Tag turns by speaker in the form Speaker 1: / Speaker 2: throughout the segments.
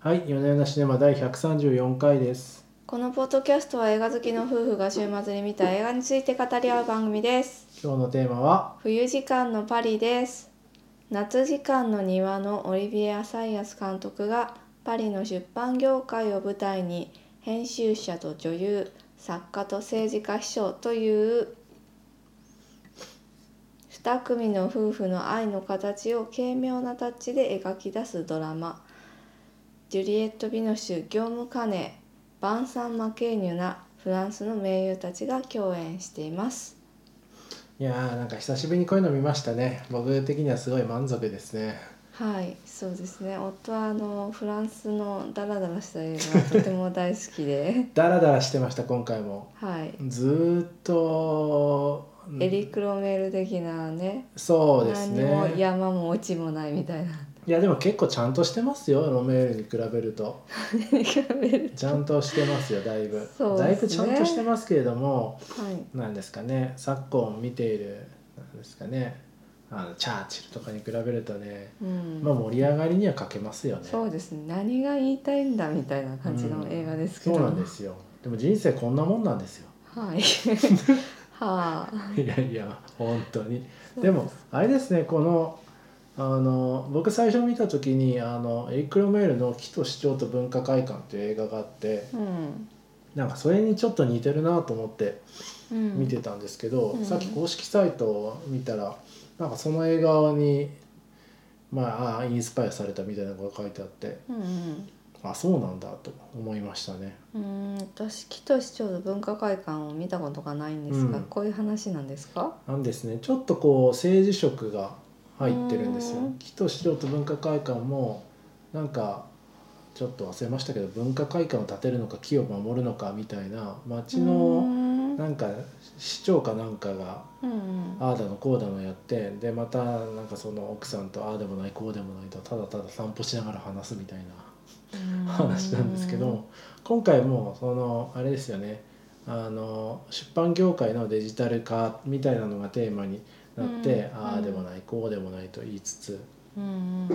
Speaker 1: はい、夜な夜なシネマ第134回です。
Speaker 2: このポッドキャストは映画好きの夫婦が週末に見た映画について語り合う番組です
Speaker 1: 今日のテーマは、
Speaker 2: 冬時間のパリです夏時間の庭のオリビエ・アサイアス監督がパリの出版業界を舞台に編集者と女優作家と政治家秘書という2組の夫婦の愛の形を軽妙なタッチで描き出すドラマジュリエット・ビノシュ業務カネバンサン・マケーニュなフランスの名優たちが共演しています。
Speaker 1: いやーなんか久しぶりにこういうの見ましたね。僕的にはすごい満足ですね。
Speaker 2: はい、そうですね。夫はあのフランスのダラダラした映画がとても大好 きで、
Speaker 1: ダラダラしてました、今回も。
Speaker 2: はい、
Speaker 1: ずーっと、うん
Speaker 2: エリクロメール的なね、
Speaker 1: そうですね。
Speaker 2: 何にも
Speaker 1: いや
Speaker 2: 山も落ちもないみ たいな。
Speaker 1: でも結構ちゃんとしてますよ、ロメールに比べると。
Speaker 2: エリクロメール
Speaker 1: ちゃんとしてますよ、だいぶ。
Speaker 2: そうですね
Speaker 1: だいぶちゃんとしてますけれども、
Speaker 2: はい、
Speaker 1: なんですかね、昨今見ている、なんですかね、あのチャーチルとかに比べるとね、
Speaker 2: うん、
Speaker 1: まあ盛り上がりには欠けますよね。
Speaker 2: そうですね。何が言いたいんだみたいな感じの映画ですけど、
Speaker 1: そうなんですよでも人生こんなもんなんですよ
Speaker 2: はい、はあ、
Speaker 1: いやいや本当に
Speaker 2: そう
Speaker 1: でもあれですねこのあの僕最初見た時にあのエリック・ロメールの「木と市長と文化会館」っていう映画があって
Speaker 2: うん、
Speaker 1: なんかそれにちょっと似てるなと思って
Speaker 2: うん、
Speaker 1: 見てたんですけど、
Speaker 2: うん
Speaker 1: さっき公式サイトを見たらなんかその映画にまああインスパイアされたみたいなことが書いてあって
Speaker 2: うん、うん。
Speaker 1: あそうなんだと思いましたね。
Speaker 2: うーん私木と市長の文化会館を見たことがないんですが、
Speaker 1: うん
Speaker 2: こういう話なんですか
Speaker 1: なんですねちょっとこう政治色が入ってるんですよ
Speaker 2: うん
Speaker 1: 木と市長と文化会館もなんかちょっと忘れましたけど文化会館を建てるのか木を守るのかみたいな町
Speaker 2: うー
Speaker 1: の
Speaker 2: ん
Speaker 1: なんか市長かなんかが
Speaker 2: うん
Speaker 1: ああだのこうだのやってでまたなんかその奥さんとああでもないこうでもないとただただ散歩しながら話すみたいな。
Speaker 2: うん
Speaker 1: 話なんですけど今回もそのあれですよねあの出版業界のデジタル化みたいなのがテーマになって、
Speaker 2: うん
Speaker 1: ああでもないこうでもないと言いつつ
Speaker 2: うん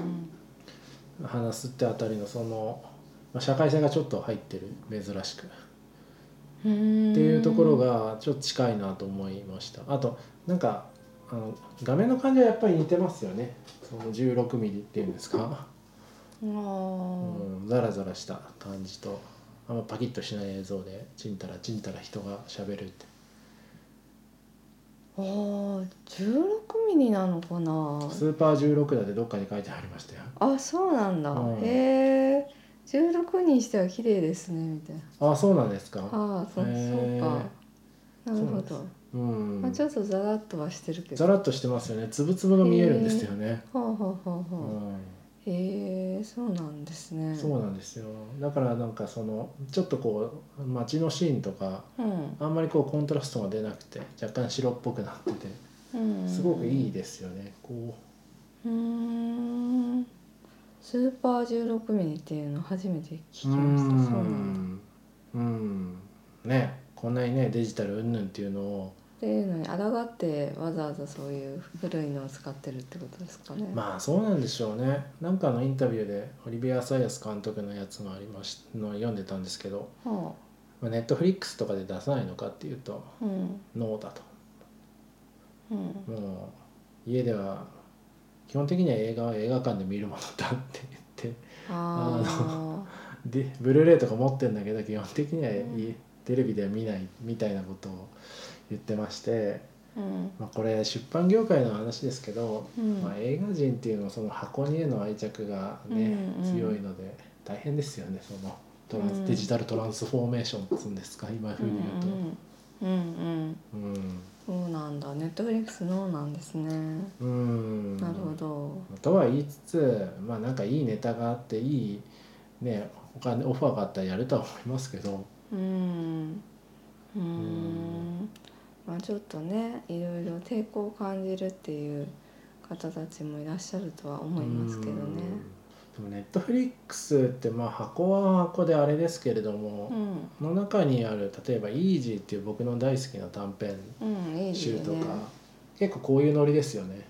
Speaker 2: うん
Speaker 1: 話すってあたりのその、まあ、社会性がちょっと入ってる珍しくっ
Speaker 2: うん
Speaker 1: ていうところがちょっと近いなと思いましたあとなんかあの画面の感じはやっぱり似てますよねその16ミリっていうんですか、
Speaker 2: あー
Speaker 1: うん、ザラザラした感じとあんまパキッとしない映像でちんたらちんたら人がしゃべるって
Speaker 2: あー16ミリなのか
Speaker 1: ス
Speaker 2: な
Speaker 1: ーパー16だってどっかに書いてありましたよ
Speaker 2: あそうなんだ、
Speaker 1: うん
Speaker 2: へえ16にしては綺麗ですねみたいな
Speaker 1: ああそうなんですか
Speaker 2: ああそそう
Speaker 1: へー
Speaker 2: かなる
Speaker 1: そうな
Speaker 2: ほ
Speaker 1: んです
Speaker 2: ど、
Speaker 1: うん
Speaker 2: まあ、ちょっとザラッとはしてるけ
Speaker 1: ザ
Speaker 2: ど
Speaker 1: ラッとしてますよねつぶつぶが見えるんですよね、
Speaker 2: ほうほうほうほう、
Speaker 1: う
Speaker 2: へえそうなんですね
Speaker 1: ん、そうなんですよだからなんかそのちょっとこう街のシーンとか
Speaker 2: うん
Speaker 1: あんまりこうコントラストが出なくて若干白っぽくなってて
Speaker 2: うん
Speaker 1: すごくいいですよねこ
Speaker 2: うーんスーパー16ミリっていうの初めて聞き
Speaker 1: ううー
Speaker 2: ましたそうなんだっ
Speaker 1: んうんねこんなにねデジタル云々っていうのを
Speaker 2: ていうのに抗ってわざわざそういう古いのを使ってるってことですかね、
Speaker 1: まあそうなんでしょうねなんかのインタビューでオリビア・サイアス監督のやつがありましの読んでたんですけど
Speaker 2: は
Speaker 1: ネットフリックスとかで出さないのかっていうと
Speaker 2: あうん
Speaker 1: ノーだと
Speaker 2: うん
Speaker 1: もう家では基本的には映画は映画館で見るものだって言って
Speaker 2: あ
Speaker 1: でブルーレイとか持ってんだけど基本的には、
Speaker 2: うん
Speaker 1: いテレビでは見ないみたいなことを言ってまして、
Speaker 2: あうん
Speaker 1: まあ、これ出版業界の話ですけど、
Speaker 2: うん
Speaker 1: まあ、映画人っていうのはその箱にへの愛着がね、
Speaker 2: うんうん
Speaker 1: 強いので大変ですよねそのトランス
Speaker 2: うん
Speaker 1: デジタルトランスフォーメーションっつうんですか今
Speaker 2: う
Speaker 1: 風
Speaker 2: ん
Speaker 1: に言うと。
Speaker 2: うんうん
Speaker 1: うん
Speaker 2: そうなんだネットフリックスのなんですね、
Speaker 1: うん
Speaker 2: なるほど
Speaker 1: とは言いつつまあなんかいいネタがあっていいねお金オファーがあったらやるとは思いますけど、
Speaker 2: うんうー
Speaker 1: ん
Speaker 2: んまあちょっとねいろいろ抵抗を感じるっていう方たちもいらっしゃるとは思いますけどね
Speaker 1: うん。でもネットフリックスってまあ箱は箱であれですけれど
Speaker 2: う
Speaker 1: も、
Speaker 2: ん
Speaker 1: の中にある例えば「イージーっていう僕の大好きな短編
Speaker 2: うんいいです
Speaker 1: 集
Speaker 2: よ
Speaker 1: とか、
Speaker 2: ね
Speaker 1: 結構こういうノリですよね。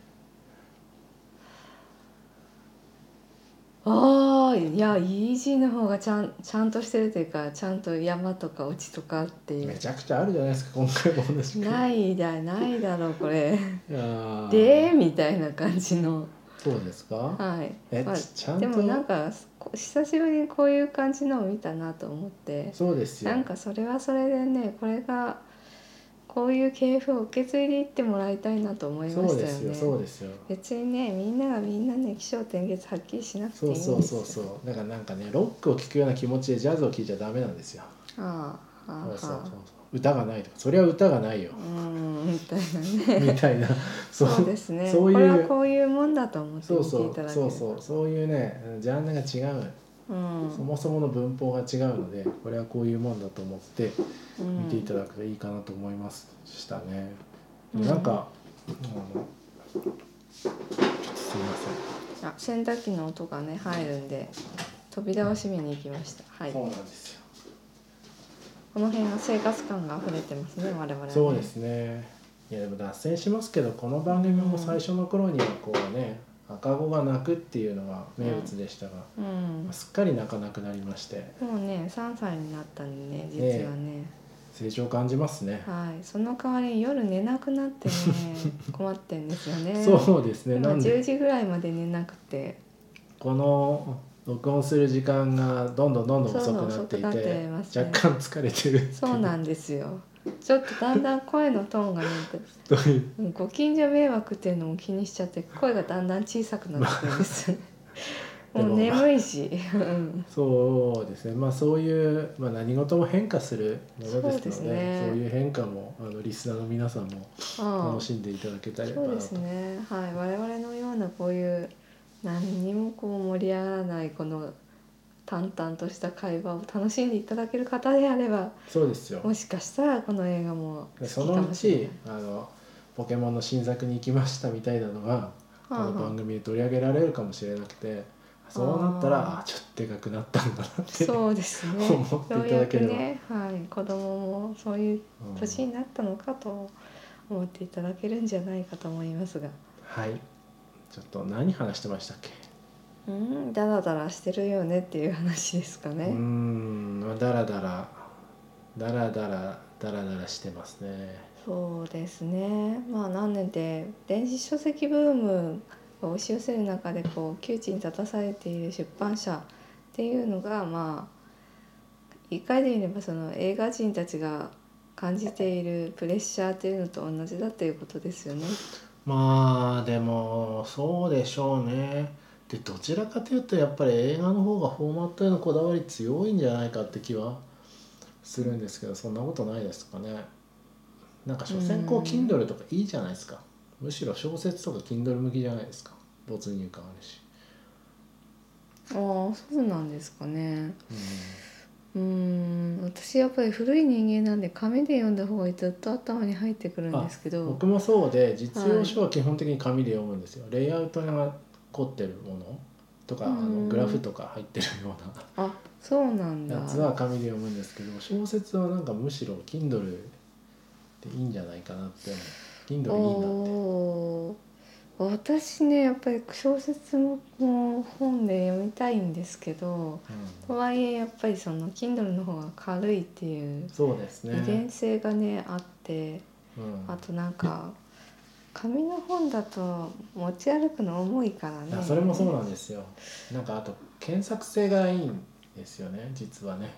Speaker 2: ああいや EG の方がちゃんちゃんとしてるというかちゃんと山とか落ちとかあってい
Speaker 1: め
Speaker 2: う
Speaker 1: ちゃくちゃあるじゃないですか今回も同じく
Speaker 2: ないだないだろうこ れ
Speaker 1: いやー
Speaker 2: でみたいな感じの
Speaker 1: そうですか
Speaker 2: はい
Speaker 1: え、
Speaker 2: まあ
Speaker 1: ちちゃん
Speaker 2: でもなん
Speaker 1: と
Speaker 2: かこ久しぶりにこういう感じのを見たなと思って
Speaker 1: そうですよ
Speaker 2: なんかそれはそれでねこれがこういう系譜を受け継いでいってもらいたいなと思いま
Speaker 1: そう
Speaker 2: し
Speaker 1: で
Speaker 2: た
Speaker 1: すよ
Speaker 2: よ
Speaker 1: そう
Speaker 2: ね
Speaker 1: ですよ
Speaker 2: 別にねみんながみんなね起承転結はっきりしなくてい
Speaker 1: そ
Speaker 2: いん
Speaker 1: う
Speaker 2: です
Speaker 1: そ
Speaker 2: よ
Speaker 1: うそうそうだからなんかねロックを聴くような気持ちでジャズを聴いちゃダメなんですよ
Speaker 2: ああああ
Speaker 1: そうそうそう
Speaker 2: ああ
Speaker 1: そう歌がないとかそりゃ歌がないよ
Speaker 2: うんみたいなね
Speaker 1: みたいなそう
Speaker 2: そうですね
Speaker 1: そういう
Speaker 2: これはこういうもんだと思って
Speaker 1: そう
Speaker 2: 見
Speaker 1: そ
Speaker 2: ていうただけ
Speaker 1: そうそうそういうねジャンルが違う、
Speaker 2: うん
Speaker 1: そもそもの文法が違うのでこれはこういうもんだと思って見ていただくといいかなと思いましたね、
Speaker 2: うん
Speaker 1: なんかあのすいま
Speaker 2: うんあ洗濯機の音がね入るんで扉を閉めに行きましたは
Speaker 1: せん、
Speaker 2: い
Speaker 1: そう
Speaker 2: こ
Speaker 1: なんですよ
Speaker 2: の辺は生活感が溢れてますね我々はね
Speaker 1: そうですねいやでも脱線しますけどこの番組も最初の頃にはこうね赤子が泣くっていうのが名物でしたが、
Speaker 2: うん
Speaker 1: すっかり泣かなくなりまして
Speaker 2: もうね3歳になったんでね実はね
Speaker 1: 成長感じますね、
Speaker 2: はいその代わり夜寝なくなっ てね困ってんですよね
Speaker 1: そうですね
Speaker 2: 今
Speaker 1: なんで
Speaker 2: 10時ぐらいまで寝なくて
Speaker 1: この録音する時間がどんどんどんどん遅くなっていて
Speaker 2: そうそう遅くなってますね
Speaker 1: 若干疲れてるってい
Speaker 2: そうなんですよちょっとだんだん声のトーンがね
Speaker 1: どういう
Speaker 2: うんご近所迷惑っていうのも気にしちゃって声がだんだん小さくなってくる んですよね
Speaker 1: まあ
Speaker 2: もう
Speaker 1: でも
Speaker 2: 眠 いし、うん、
Speaker 1: そうですねまあそういう、まあ、何事も変化するものですので
Speaker 2: そ
Speaker 1: そうう
Speaker 2: ですね
Speaker 1: いう変化もあのリスナーの皆さんも
Speaker 2: ああ
Speaker 1: 楽しんでいただけたら
Speaker 2: そう
Speaker 1: な
Speaker 2: です
Speaker 1: と、
Speaker 2: ねはい我々のようなこういう何にもこう盛り上がらないこの淡々とした会話を楽しんでいただける方であれば
Speaker 1: そうですよ
Speaker 2: もしかしたらこの映画も好
Speaker 1: で
Speaker 2: き
Speaker 1: そ
Speaker 2: か
Speaker 1: のう
Speaker 2: もしれない
Speaker 1: ちあのポケモンの新作に行きましたみたいなのがこ
Speaker 2: はあ
Speaker 1: の
Speaker 2: は
Speaker 1: 番組で取り上げられるかもしれなくてそうなったら
Speaker 2: あー
Speaker 1: ああちょっとでかくなったんだなっ
Speaker 2: あ
Speaker 1: て
Speaker 2: そうです ね
Speaker 1: 思ってい
Speaker 2: よう
Speaker 1: た
Speaker 2: や
Speaker 1: だけ
Speaker 2: く
Speaker 1: れば
Speaker 2: ね、はい、子供もそういう
Speaker 1: うん
Speaker 2: 年になったのかと思っていただけるんじゃないかと思いますが
Speaker 1: はいちょっと何話してましたっけ
Speaker 2: うんダラダラしてるよねっていう話ですか
Speaker 1: うー
Speaker 2: ね、
Speaker 1: んまあだらだらだらだらだらだらしてますね
Speaker 2: そうですねまあなので電子書籍ブームが押し寄せる中でこう窮地に立たされている出版社っていうのがまあ言い換えてみればその映画人たちが感じているプレッシャーっていうのと同じだということですよね。
Speaker 1: まあでもそうでしょうねでどちらかというとやっぱり映画の方がフォーマットへのこだわり強いんじゃないかって気はするんですけどそんなことないですかねなんか所詮こう
Speaker 2: うん
Speaker 1: Kindle とかいいじゃないですかむしろ小説とか Kindle 向きじゃないですか没入感あるし、
Speaker 2: ああそうなんですかね。
Speaker 1: うん
Speaker 2: うーん私やっぱり古い人間なんで紙で読んだ方がずっと頭に入ってくるんですけど
Speaker 1: 僕もそうで実用書は基本的に紙で読むんですよ、レイアウトが凝ってるものとかあ
Speaker 2: うん
Speaker 1: のグラフとか入ってるよう
Speaker 2: あそうなんだ
Speaker 1: なやつは紙で読むんですけど小説はなんかむしろ Kindle でいいんじゃないかなって思う Kindle いいなって
Speaker 2: おー私ねやっぱり小説も本で読みたいんですけど
Speaker 1: う
Speaker 2: と
Speaker 1: ん、
Speaker 2: はいえやっぱりその Kindle の方が軽いっていう
Speaker 1: そうです
Speaker 2: 利便
Speaker 1: ね、
Speaker 2: 性がねあって
Speaker 1: うん、
Speaker 2: あとなんか紙の本だと持ち歩くの重いからね
Speaker 1: あそれもそうなんですよなんかあと検索性がいいんですよね実はね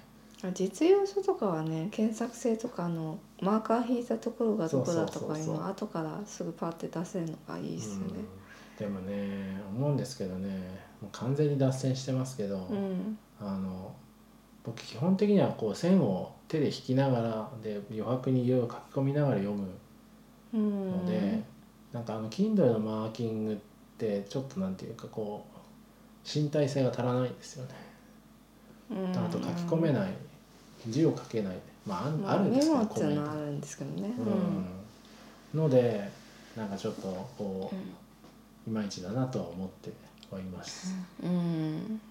Speaker 2: 実用書とかはね検索性とかあのマーカー引いたところがどこだと
Speaker 1: そうそう
Speaker 2: か
Speaker 1: そう
Speaker 2: いう
Speaker 1: そう
Speaker 2: のは後からすぐパッて出せるのがいいですよね。
Speaker 1: うん、でもね思うんですけどねもう完全に脱線してますけど、
Speaker 2: うん、
Speaker 1: あの僕基本的にはこう線を手で引きながらで余白にいろいろ書き込みながら読む
Speaker 2: うん、
Speaker 1: ので、なんかあの Kindle のマーキングってちょっとなんていうかこう身体性が足らないんですよね。
Speaker 2: うん、
Speaker 1: あと書き込めない字を書けないまああん
Speaker 2: ま
Speaker 1: あ
Speaker 2: あ
Speaker 1: るんですけ
Speaker 2: メ
Speaker 1: ど
Speaker 2: モっていうのは
Speaker 1: コ
Speaker 2: あ
Speaker 1: メン
Speaker 2: るんですけどね。
Speaker 1: トうん、のでなんかちょっとこういまいちだなとは思っております。
Speaker 2: うん、うん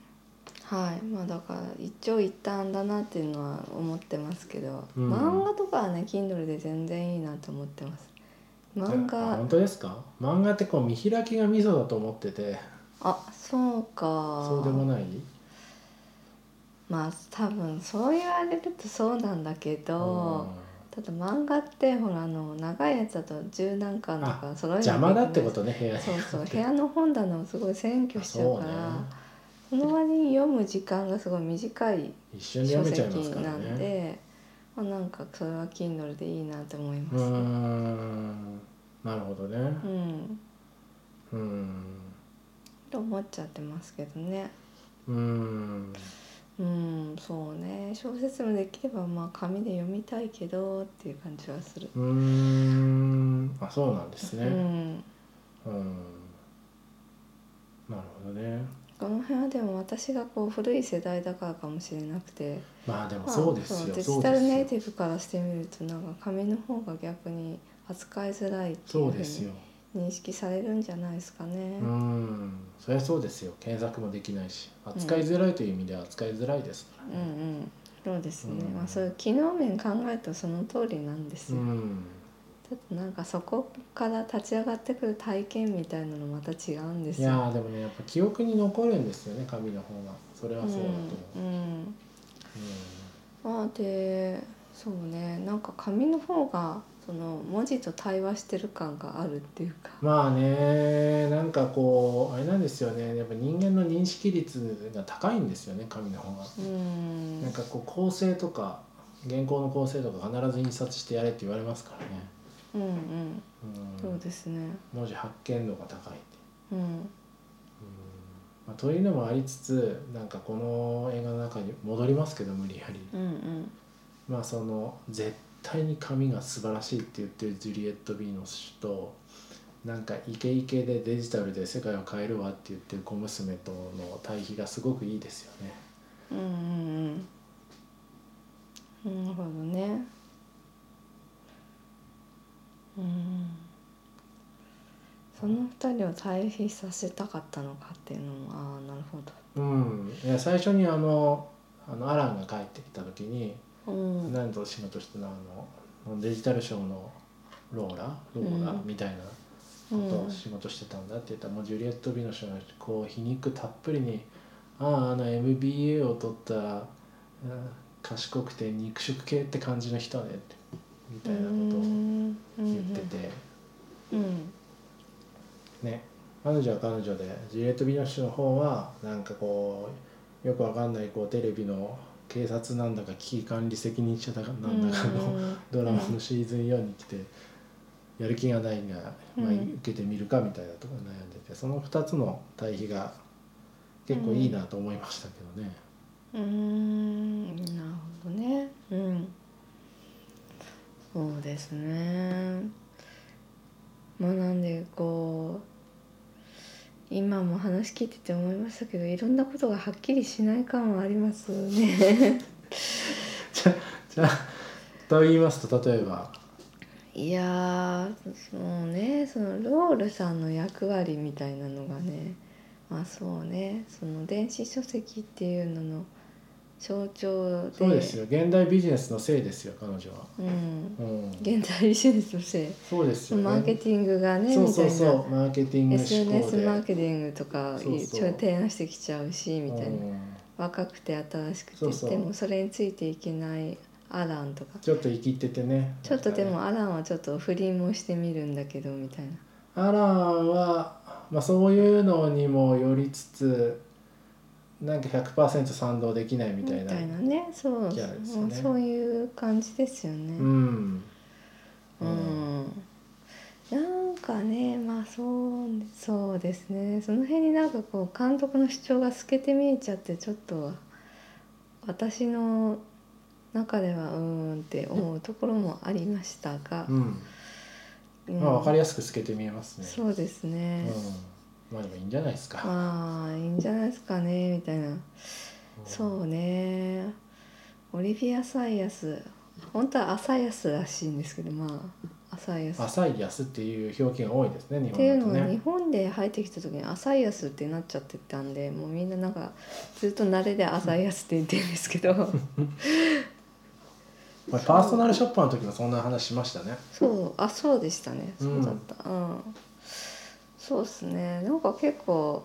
Speaker 2: はい、まあだから一長一短だなっていうのは思ってますけど、
Speaker 1: うん
Speaker 2: 漫画とかはね Kindle で全然いいなと思ってます。漫
Speaker 1: あ
Speaker 2: 画
Speaker 1: 本当ですか漫画ってこう見開きがミソだと思ってて。
Speaker 2: ああそうか
Speaker 1: そうでもない
Speaker 2: まあ多分そう言われるとそうなんだけどただ漫画ってほらあの長いやつだと十何巻とか揃え
Speaker 1: うん
Speaker 2: なき
Speaker 1: 邪
Speaker 2: ゃいけな
Speaker 1: 魔
Speaker 2: い
Speaker 1: だってことね部屋に
Speaker 2: そうそう部屋の本棚をすごい占拠しちゃうからそ,、の割に読む時間がすごい短い
Speaker 1: 一瞬で
Speaker 2: 書
Speaker 1: やめちゃい
Speaker 2: 籍
Speaker 1: ますから
Speaker 2: なんで、
Speaker 1: ね
Speaker 2: まあ、なんかそれは Kindle でいいなと思いま
Speaker 1: うー
Speaker 2: す、ね
Speaker 1: んなるほどね
Speaker 2: うん、
Speaker 1: うーん
Speaker 2: と思っちゃってますけどね
Speaker 1: うーん
Speaker 2: うんそうね小説もできればまあ紙で読みたいけどっていう感じはする、
Speaker 1: うーんあそうなんです
Speaker 2: う
Speaker 1: ね
Speaker 2: ん
Speaker 1: うーんなるほどね
Speaker 2: この辺はでも私がこう古い世代だからかもしれなくて、
Speaker 1: まあでも
Speaker 2: まあ
Speaker 1: そうですよ
Speaker 2: デ
Speaker 1: そ
Speaker 2: ジ
Speaker 1: う
Speaker 2: タルネイ
Speaker 1: で
Speaker 2: ティブからしてみるとなんか紙の方が逆に扱いづらいっ
Speaker 1: す
Speaker 2: て
Speaker 1: そ
Speaker 2: い
Speaker 1: うう
Speaker 2: ふう
Speaker 1: です
Speaker 2: に
Speaker 1: よ
Speaker 2: 認識されるんじゃないですかね
Speaker 1: うー。んそりゃそうですよ検索もできないし扱いづらいという意味では扱いづらいですか
Speaker 2: うん
Speaker 1: ら
Speaker 2: う
Speaker 1: ね
Speaker 2: ん、そうですね、
Speaker 1: うん
Speaker 2: まあそういう機能面考えるとその通りなんです
Speaker 1: う
Speaker 2: よ、
Speaker 1: ん
Speaker 2: ただなんかそこから立ち上がってくる体験みたいなのまた違うんです
Speaker 1: い
Speaker 2: よ。
Speaker 1: やーでもねやっぱ記憶に残るんですよね紙の方がそれはそうだと思う、
Speaker 2: うんうん
Speaker 1: う
Speaker 2: まあでそうねなんか紙の方がその文字と対話してる感があるっていうか、
Speaker 1: んまあねなんかこうあれなんですよねやっぱ人間の認識率が高いんですよね紙の方が、
Speaker 2: うん、
Speaker 1: なんかこう構成とか原稿の構成とか必ず印刷してやれって言われますからね、
Speaker 2: うんうん
Speaker 1: うん
Speaker 2: そうですね
Speaker 1: 文字発見度が高いって
Speaker 2: うん
Speaker 1: うんまあ、というのもありつつなんかこの映画の中に戻りますけど無理やり、
Speaker 2: うんうん
Speaker 1: まあその絶対に髪が素晴らしいって言ってるジュリエット・ビーノスとなんかイケイケでデジタルで世界を変えるわって言ってる小娘との対比がすごくいいですよね。
Speaker 2: うんうんうんなるほどねうんその二人を対比させたかったのかっていうのもああなるほ
Speaker 1: うん、いや最初にあのあのアランが帰ってきた時に
Speaker 2: どうん
Speaker 1: 何と仕事してたのあのデジタルショーのローラローラ
Speaker 2: うん
Speaker 1: みたいな
Speaker 2: う
Speaker 1: こと
Speaker 2: ん
Speaker 1: を仕事してたんだって言ったら、もうジュリエット・ビノシュがこう皮肉たっぷりに「あああの MBA を取ったうん賢くて肉食系って感じの人ね」ってみたいなことを
Speaker 2: うん
Speaker 1: 言ってて、
Speaker 2: うん
Speaker 1: ね彼女は彼女でジュリエット・ビノシュの方はなんかこうよくわかんないこうテレビの警察なんだか危機管理責任者だかなんだかの、
Speaker 2: うん
Speaker 1: ドラマのシーズン4に来てやる気がないが、まあ、
Speaker 2: うん
Speaker 1: 受けてみるかみたいなところ悩んでてその2つの対比が結構いいなと思いましたけどね。
Speaker 2: うーんなるほどねうんそうですねまあなんでこう今も話聞いてて思いましたけどいろんなことがはっきりしない感はありますね
Speaker 1: じゃじゃあと言いますと例えば
Speaker 2: いやーそうねそのロールさんの役割みたいなのがねまあそうねその電子書籍っていうのの象徴で
Speaker 1: そうですよ現代ビジネスのせいですよ彼女は。
Speaker 2: うん、
Speaker 1: うん、
Speaker 2: 現代ビジネスのせい
Speaker 1: そうですよ、ね、
Speaker 2: マーケティングがね
Speaker 1: そう
Speaker 2: みた
Speaker 1: そう
Speaker 2: い
Speaker 1: そ
Speaker 2: な
Speaker 1: うマーケティング思考
Speaker 2: SNS
Speaker 1: で
Speaker 2: マーケティングとか
Speaker 1: そうそう
Speaker 2: ちょっと提案してきちゃうしみたいうなん若くて新しくて
Speaker 1: そうそう
Speaker 2: でもそれについていけないアランとか
Speaker 1: ちょっと生きっててね
Speaker 2: ちょっとで
Speaker 1: なんかね
Speaker 2: もアランはちょっと不倫もしてみるんだけどみたいな
Speaker 1: アランは、まあ、そういうのにもよりつつなんか100%賛同できないみ
Speaker 2: み
Speaker 1: た
Speaker 2: た
Speaker 1: い
Speaker 2: い
Speaker 1: な
Speaker 2: なねそう
Speaker 1: キャラですよね
Speaker 2: そういう感じですよね。
Speaker 1: うん、う
Speaker 2: う
Speaker 1: ん
Speaker 2: んなんかねまあそうそうですねその辺になんかこう監督の主張が透けて見えちゃってちょっと私の中ではうーんって思うところもありましたが、うん
Speaker 1: まあ分かりやすく透けて見えますね
Speaker 2: そうです
Speaker 1: う
Speaker 2: ね
Speaker 1: ん、、まあでもいいんじゃないですか、
Speaker 2: まあいいんじゃないですかねみたいなそうねオリビア・サイヤス本当はアサイヤスらしいんですけどまあアサイヤス
Speaker 1: 浅い安っていう表記が多いですね日
Speaker 2: っていうの
Speaker 1: 本だ
Speaker 2: は
Speaker 1: と
Speaker 2: 日
Speaker 1: ね
Speaker 2: 本で入ってきた時に「朝イアス」ってなっちゃってたんでもうみんななんかずっと慣れで「朝イアス」って言ってるんです けど
Speaker 1: これパーソナルショッパーの時もそんな話しましたね
Speaker 2: そうあそうでしたねそうだったうん、そうっすねなんか結構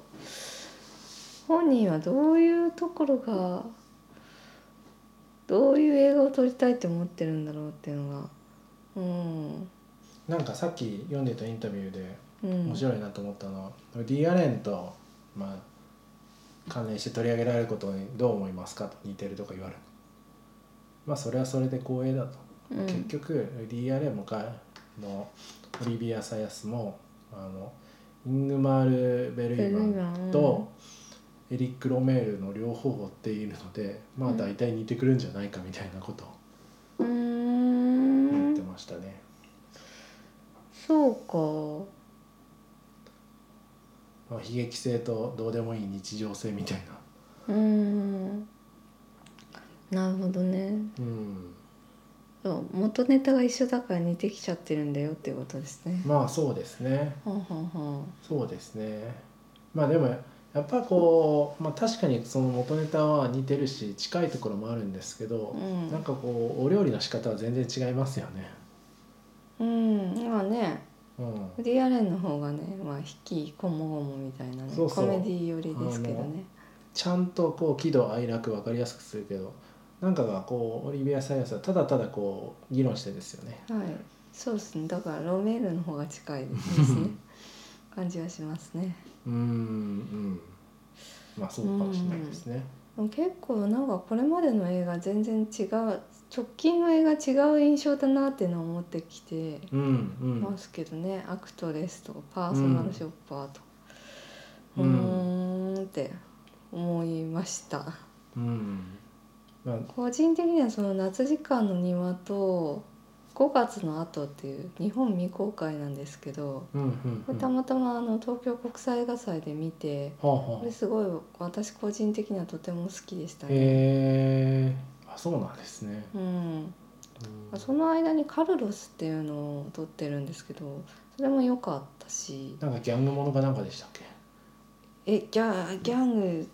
Speaker 2: 本人はどういうところがどういう映画を撮りたいって思ってるんだろうっていうのがうん、
Speaker 1: なんかさっき読んでたインタビューで
Speaker 2: うん、
Speaker 1: 面白いなと思ったのは、ディアレンと、まあ、関連して取り上げられることにどう思いますかと似てるとか言われるまあそれはそれで光栄だと、
Speaker 2: うん、
Speaker 1: 結局ディアレンもかのオリビア・サヤスもあのイングマール・ベルイマンとエリック・ロメールの両方を追っているのでまあ大体似てくるんじゃないかみたいなことを
Speaker 2: うー
Speaker 1: 言って
Speaker 2: ん
Speaker 1: ましたね。
Speaker 2: そうか
Speaker 1: まあ、悲劇性とどうでもいい日常性みたいな、
Speaker 2: うーんなるほどね
Speaker 1: うん、
Speaker 2: そう元ネタが一緒だから似てきちゃってるんだよっていうことですね。
Speaker 1: まあそうですね
Speaker 2: はんはんはん
Speaker 1: そうですねまあでもやっぱこう、まあ、確かにその元ネタは似てるし近いところもあるんですけど、
Speaker 2: うん
Speaker 1: なんかこうお料理の仕方は全然違いますよね、
Speaker 2: うん、まあね
Speaker 1: うん、
Speaker 2: ウディアレンの方がね、まあ、引きこもごもみたいなね
Speaker 1: そうそう
Speaker 2: コメディ寄りですけどね。
Speaker 1: ちゃんとこう喜怒哀楽分かりやすくするけどなんかがこうオリビア・サイアスはただただこう議論してですよね
Speaker 2: はい、そうですね。だからロメールの方が近いで すね。感じはしますね。
Speaker 1: うんうんまあそうかもしれないですね、
Speaker 2: でも結構なんかこれまでの映画全然違う直近の映画違う印象だなっていうのは思ってきて
Speaker 1: うん、うん
Speaker 2: ますけどね、アクトレスとかパーソナルショッパーとか、う
Speaker 1: う
Speaker 2: ー
Speaker 1: ん
Speaker 2: ん、って思いました。
Speaker 1: うんまあ
Speaker 2: 個人的にはその夏時間の庭と5月の後っていう日本未公開なんですけど
Speaker 1: うんうん
Speaker 2: こ
Speaker 1: うん
Speaker 2: れたまたまあの東京国際映画祭で見て
Speaker 1: はあは
Speaker 2: こ
Speaker 1: あ
Speaker 2: れすごい私個人的にはとても好きでしたね。
Speaker 1: へえあそうなんですね、
Speaker 2: うん、
Speaker 1: うん
Speaker 2: その間に「カルロス」っていうのを撮ってるんですけどそれも良かったし
Speaker 1: なんかギャングものかなんかでしたっ け
Speaker 2: えギャギャング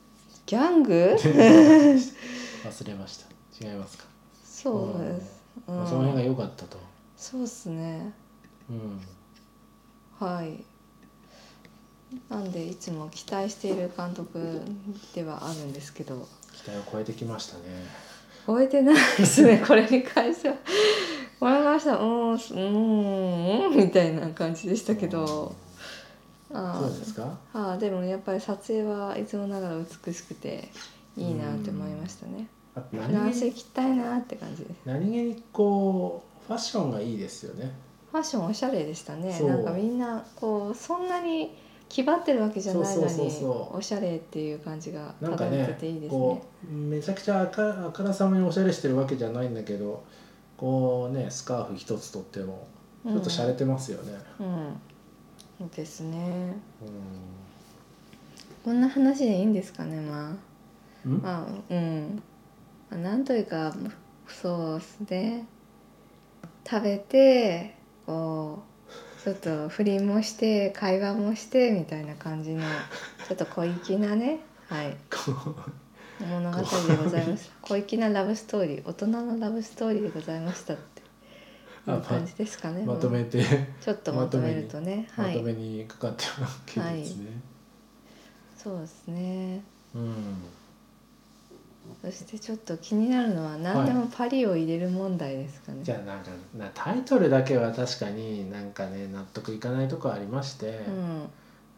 Speaker 2: ギャ ング
Speaker 1: 忘れました違いますか、
Speaker 2: そうです、う
Speaker 1: まあその辺が
Speaker 2: ん、
Speaker 1: 良かったと、
Speaker 2: そうですね
Speaker 1: うん、
Speaker 2: はい。なんでいつも期待している監督ではあるんですけど
Speaker 1: 期待を超えてきましたね
Speaker 2: 超えてないです ねこれに関しては。これに関してはうーんうーんうーんみたいな感じでしたけど、
Speaker 1: うん
Speaker 2: あ
Speaker 1: そうです
Speaker 2: ー
Speaker 1: か
Speaker 2: あーでもやっぱり撮影はいつもながら美しくていいなって思いましたね。
Speaker 1: あ
Speaker 2: フラ
Speaker 1: 何
Speaker 2: ンス
Speaker 1: 気に
Speaker 2: 行きたいなって感じです。
Speaker 1: 何気にこうファッションがいいですよね
Speaker 2: ファッションおしゃれでしたね
Speaker 1: そう
Speaker 2: なんかみんなこうそんなに気張ってるわけじゃないの
Speaker 1: そうそう
Speaker 2: に
Speaker 1: そうそう
Speaker 2: おしゃれっていう感じが
Speaker 1: なんか
Speaker 2: 漂って
Speaker 1: ね
Speaker 2: ていいですね
Speaker 1: こうめちゃくちゃあかあからさまにおしゃれしてるわけじゃないんだけどこうねスカーフ一つとってもちょっと洒落てますよね、
Speaker 2: うん、うん、ですね
Speaker 1: うん
Speaker 2: こんな話でいいんですかねま
Speaker 1: ん
Speaker 2: あまあうんまあなんというかそうですね食べてこうちょっと不倫もして会話もしてみたいな感じのちょっと小粋なねはい
Speaker 1: こ
Speaker 2: 物語でございました小粋なラブストーリー大人のラブストーリーでございましたって
Speaker 1: あ
Speaker 2: いう感じですかね、
Speaker 1: うまと
Speaker 2: う
Speaker 1: め
Speaker 2: ん
Speaker 1: て、
Speaker 2: ちょっとまとめるとね
Speaker 1: ま
Speaker 2: はい
Speaker 1: とめにかかってるわけですね、
Speaker 2: そうですね
Speaker 1: うん
Speaker 2: そしてちょっと気になるのは何でもパリを入れる問題ですかね、
Speaker 1: じゃあなんかなタイトルだけは確かになんかね納得いかないとこありまして、
Speaker 2: うん、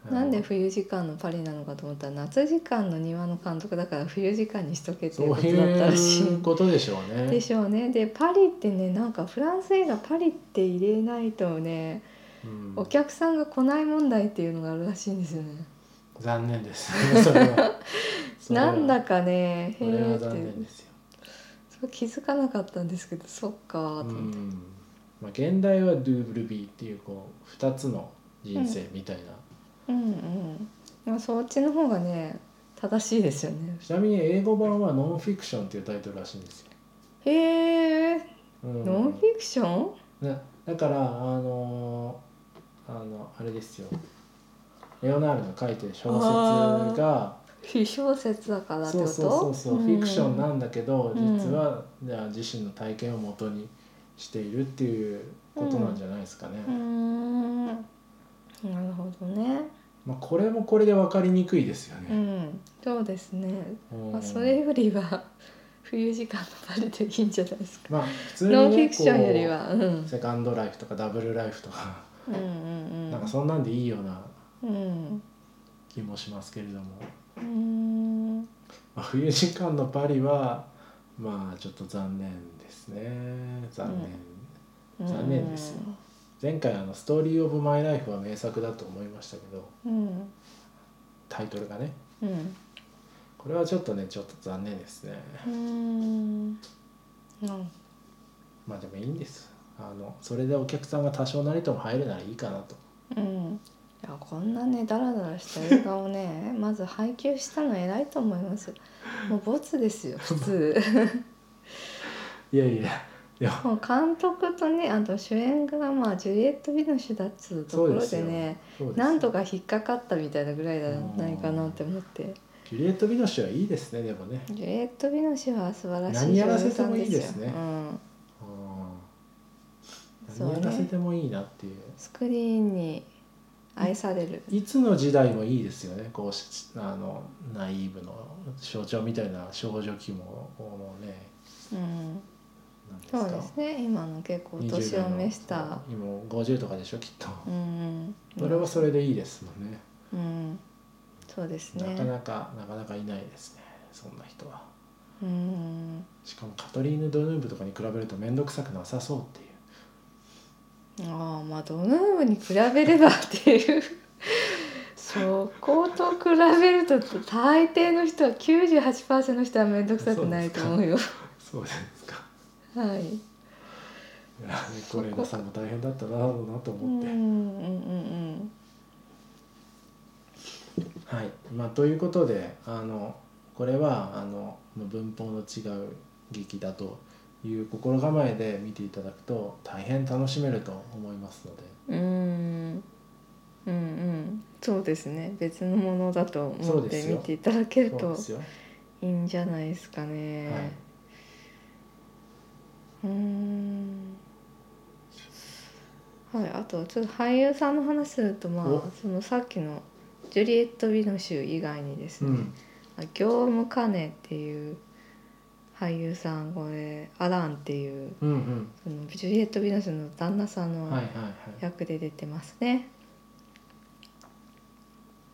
Speaker 1: あの
Speaker 2: なんで冬時間のパリなのかと思ったら夏時間の庭の監督だから冬時間にしとけって
Speaker 1: そ
Speaker 2: いう
Speaker 1: う
Speaker 2: ことだったらし
Speaker 1: い
Speaker 2: いう
Speaker 1: ことでしょうね
Speaker 2: でしょうねでパリってねなんかフランス映画パリって入れないとね
Speaker 1: うん
Speaker 2: お客さんが来ない問題っていうのがあるらしいんですよね。
Speaker 1: 残念ですね それはそれは
Speaker 2: なんだかね、へ
Speaker 1: それ
Speaker 2: え
Speaker 1: は
Speaker 2: って
Speaker 1: 残念ですよ、
Speaker 2: それ気づかなかったんですけど、そっか
Speaker 1: う
Speaker 2: ーと思って。
Speaker 1: んまあ、現代は「ドゥブルビー」っていうこう2つの人生みたいな、
Speaker 2: うんうん。まあそっちの方がね、正しいですよね。
Speaker 1: ちなみに英語版は「ノンフィクション」っていうタイトルらしいんですよ、
Speaker 2: へえ、
Speaker 1: うん
Speaker 2: ノンフィクション？
Speaker 1: なだからあのーあのあれですよレオナールの書いてる小説が
Speaker 2: 非小説だからっ
Speaker 1: そう
Speaker 2: てこと？
Speaker 1: そうそうそう、
Speaker 2: ん
Speaker 1: フィクションなんだけど
Speaker 2: うん
Speaker 1: 実は、じゃあ自身の体験をもとにしているっていうことなんじゃないですかね。
Speaker 2: うーん。なるほどね。
Speaker 1: まあ、これもこれで分かりにくいですよ
Speaker 2: う
Speaker 1: ね、
Speaker 2: ん、そうですね、
Speaker 1: うん
Speaker 2: まあ、それよりは冬時間のパレでいいんじゃないですか
Speaker 1: まあ普通に、ね、
Speaker 2: ノンフィクション
Speaker 1: こう
Speaker 2: よりはうんうん
Speaker 1: セカンドライフとかダブルライフとか、
Speaker 2: うんうん
Speaker 1: なんかそんなんでいいような
Speaker 2: うん
Speaker 1: 気もしますけれども、
Speaker 2: うーん
Speaker 1: まあ、冬時間のパリはまあちょっと残念ですね残念、残念ですよ前回あの「ストーリー・オブ・マイ・ライフ」は名作だと思いましたけど
Speaker 2: うん
Speaker 1: タイトルがね
Speaker 2: うん
Speaker 1: これはちょっとねちょっと残念ですね
Speaker 2: うんうん
Speaker 1: まあでもいいんですあのそれでお客さんが多少なりとも入るならいいかなと
Speaker 2: うんいやこんなねダラダラした映画をねまず配給したの偉いと思いますもうボツですよ普通
Speaker 1: いやいやいや
Speaker 2: もう監督とねあと主演がまあジュリエット・ビノシュだっつうところでね
Speaker 1: そうです
Speaker 2: なんとか引っかかったみたいなぐらいじゃないかなって思って
Speaker 1: ジュリエット・ビノシュはいいですねでもね
Speaker 2: ジュリエット・ビノシュは素晴らしい
Speaker 1: 何やらせてもいいですね
Speaker 2: 女優さんですようん
Speaker 1: うん
Speaker 2: そう
Speaker 1: 何
Speaker 2: ね
Speaker 1: やらせてもいいなっていう
Speaker 2: スクリーンに愛される
Speaker 1: いつの時代もいいですよねこうしあのナイーブの象徴みたいな少女期ももうね
Speaker 2: うん
Speaker 1: なんですか
Speaker 2: そうですね今の結構年を召した
Speaker 1: 今50とかでしょきっと、
Speaker 2: うんうん
Speaker 1: それはそれでいいですもんね
Speaker 2: うんそうです
Speaker 1: なか
Speaker 2: ね
Speaker 1: なかなかなかいないですねそんな人は
Speaker 2: うん
Speaker 1: しかもカトリーヌ・ドヌーブとかに比べると面倒くさくなさそうっていう
Speaker 2: ああまあドヌーブに比べればっていうそこと比べると大抵の人は98%の人は面倒くさくないと思うよ
Speaker 1: そうですか
Speaker 2: はい
Speaker 1: これさんも大変だったなろうなと
Speaker 2: う
Speaker 1: 思
Speaker 2: ん
Speaker 1: っ
Speaker 2: うん
Speaker 1: て、
Speaker 2: うん
Speaker 1: はいまあということであのこれはあの文法の違う劇だという心構えで見ていただくと大変楽しめると思いますので
Speaker 2: うんうんうんうんそうですね別のものだと
Speaker 1: そ
Speaker 2: 思
Speaker 1: う
Speaker 2: っ
Speaker 1: で
Speaker 2: て
Speaker 1: すよ
Speaker 2: 見ていただける
Speaker 1: そう
Speaker 2: と
Speaker 1: ですよ、
Speaker 2: いいんじゃないですかね、
Speaker 1: はい、
Speaker 2: うーんはい、あとちょっと俳優さんの話するとま
Speaker 1: お
Speaker 2: あそのさっきのジュリエット・ビノシュ以外にです
Speaker 1: う
Speaker 2: ね、
Speaker 1: ん
Speaker 2: あ業務カネっていう俳優さんこれアランっていう
Speaker 1: うんうん
Speaker 2: そのジュリエット・ビノシュの旦那さんの
Speaker 1: はいはいはい
Speaker 2: 役で出てますね。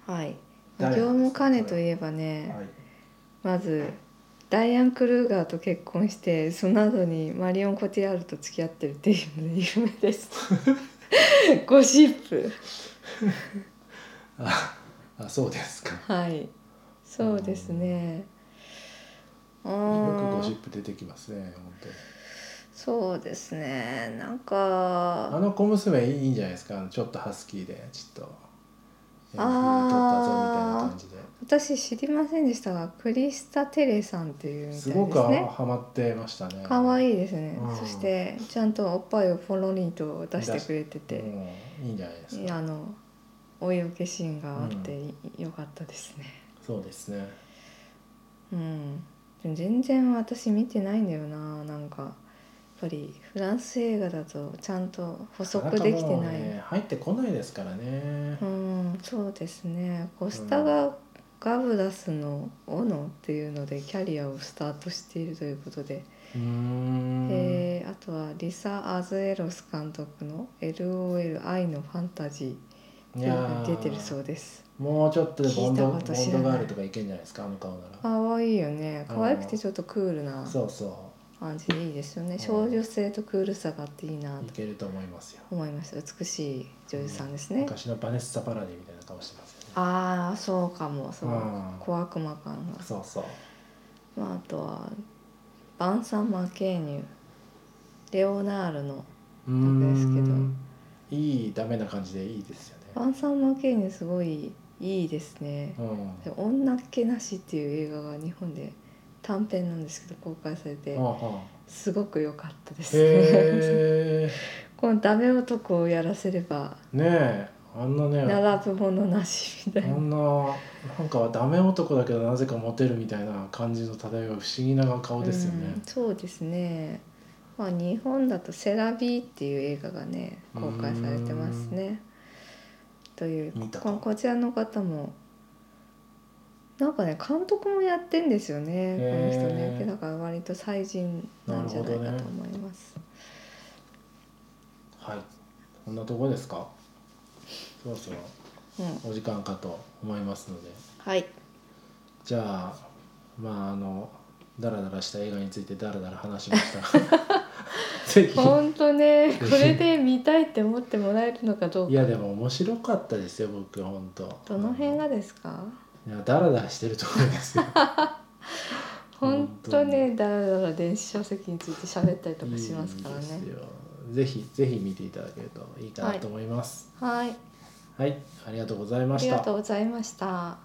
Speaker 2: はい、まあ
Speaker 1: 誰
Speaker 2: 業
Speaker 1: なんです
Speaker 2: 務
Speaker 1: か
Speaker 2: カネといえばね、
Speaker 1: はい
Speaker 2: まずダイアン・クルーガーと結婚してその後にマリオン・コティアールと付き合ってるっていうので有名です ゴシップ
Speaker 1: ああそうですかよ
Speaker 2: はいそうですねう
Speaker 1: くゴシ
Speaker 2: ー
Speaker 1: ッ
Speaker 2: ん
Speaker 1: プ出てきますね本当に
Speaker 2: そうですねなん
Speaker 1: あ
Speaker 2: か
Speaker 1: の小娘いいいいんじゃないですかあのちょっとハスキーでちょっとえー
Speaker 2: あ
Speaker 1: 風撮っ
Speaker 2: ー
Speaker 1: たぞみたいな感
Speaker 2: 私知りませんでしたがクリスタ・テレさんっていうみ
Speaker 1: じ
Speaker 2: た
Speaker 1: で
Speaker 2: いですす
Speaker 1: ごく
Speaker 2: ね
Speaker 1: ハマってましたね
Speaker 2: 可愛
Speaker 1: い
Speaker 2: いですね
Speaker 1: うん
Speaker 2: そしてちゃんとおっぱいをポロリンと出してくれてて
Speaker 1: いいんじゃないです
Speaker 2: い
Speaker 1: か
Speaker 2: やあの追い受けシーンがあってい良、かったですね。
Speaker 1: そうですね
Speaker 2: うん、でも全然私見てないんだよななんかやっぱりフランス映画だとちゃんと補足でき
Speaker 1: か
Speaker 2: て
Speaker 1: かもう
Speaker 2: ない。
Speaker 1: ね入ってこないですからね
Speaker 2: うん、そうですねコスタがガブダスの斧っていうのでキャリアをスタートしているということで、
Speaker 1: うーん
Speaker 2: えーあとはリサ・アズエロス監督の「LOL 愛のファンタジー」
Speaker 1: い
Speaker 2: っていう
Speaker 1: や
Speaker 2: のに
Speaker 1: ー
Speaker 2: 出てるそうです。
Speaker 1: もうちょっとでボンドボン
Speaker 2: 聞いたこと
Speaker 1: ド
Speaker 2: 知らない
Speaker 1: ガールとかいけんじゃないですかあの顔なら
Speaker 2: 可愛いよね可愛くてちょっとクールな
Speaker 1: そうそ
Speaker 2: 感じでいいですよね少女性とクールさがあっていいな
Speaker 1: うい
Speaker 2: と
Speaker 1: けると思いますよ
Speaker 2: 思いました美しい女優さんですね
Speaker 1: 昔のバネッサ・パラディみたいな顔してますよね
Speaker 2: ああそうかもそう
Speaker 1: うん
Speaker 2: 小悪魔感が、
Speaker 1: そうそう
Speaker 2: まあ、あとはバンサン・マケーニュレオナールの
Speaker 1: うー
Speaker 2: なんですけど
Speaker 1: んいいダメな感じでいいですよね
Speaker 2: バンサン・マケーニュすごいいいですね
Speaker 1: うん
Speaker 2: 「女っ気なし」っていう映画が日本で短編なんですけど公開されて
Speaker 1: あは
Speaker 2: すごく良かったですね
Speaker 1: へえ
Speaker 2: このダメ男をやらせれば
Speaker 1: ねえあんな ね
Speaker 2: 並ぶものなしみた
Speaker 1: あ
Speaker 2: いなん
Speaker 1: ななんかダメ男だけどなぜかモテるみたいな感じの漂う不思議な顔ですよね
Speaker 2: うん、そうですね。まあ日本だとセラビーっていう映画がね公開されてますね。という
Speaker 1: 見たか
Speaker 2: このこちらの方もなんかね監督もやってんですよねこの
Speaker 1: へー
Speaker 2: 人ねだから割と最人なんじゃないか
Speaker 1: なる
Speaker 2: と
Speaker 1: ほ
Speaker 2: 思います、
Speaker 1: はいこんなとこですかそろそろ
Speaker 2: うん
Speaker 1: お時間かと思いますので
Speaker 2: はい
Speaker 1: じゃあまああのダラダラした映画についてダラダラ話しました ぜひ
Speaker 2: ほんと ねこれで見たいって思ってもらえるのかどう
Speaker 1: い
Speaker 2: か
Speaker 1: やでも面白かったですよ僕本当
Speaker 2: どの辺がですか
Speaker 1: いやダラダラしてるところですよ
Speaker 2: ほんと
Speaker 1: 本当
Speaker 2: ねだらだら電子書籍について喋ったりとかしますから
Speaker 1: いいです
Speaker 2: ね
Speaker 1: よぜひぜひ見ていただけるといいかなと思います
Speaker 2: はい
Speaker 1: はい、ありがとうございま
Speaker 2: あ
Speaker 1: し
Speaker 2: り
Speaker 1: た
Speaker 2: がとうございました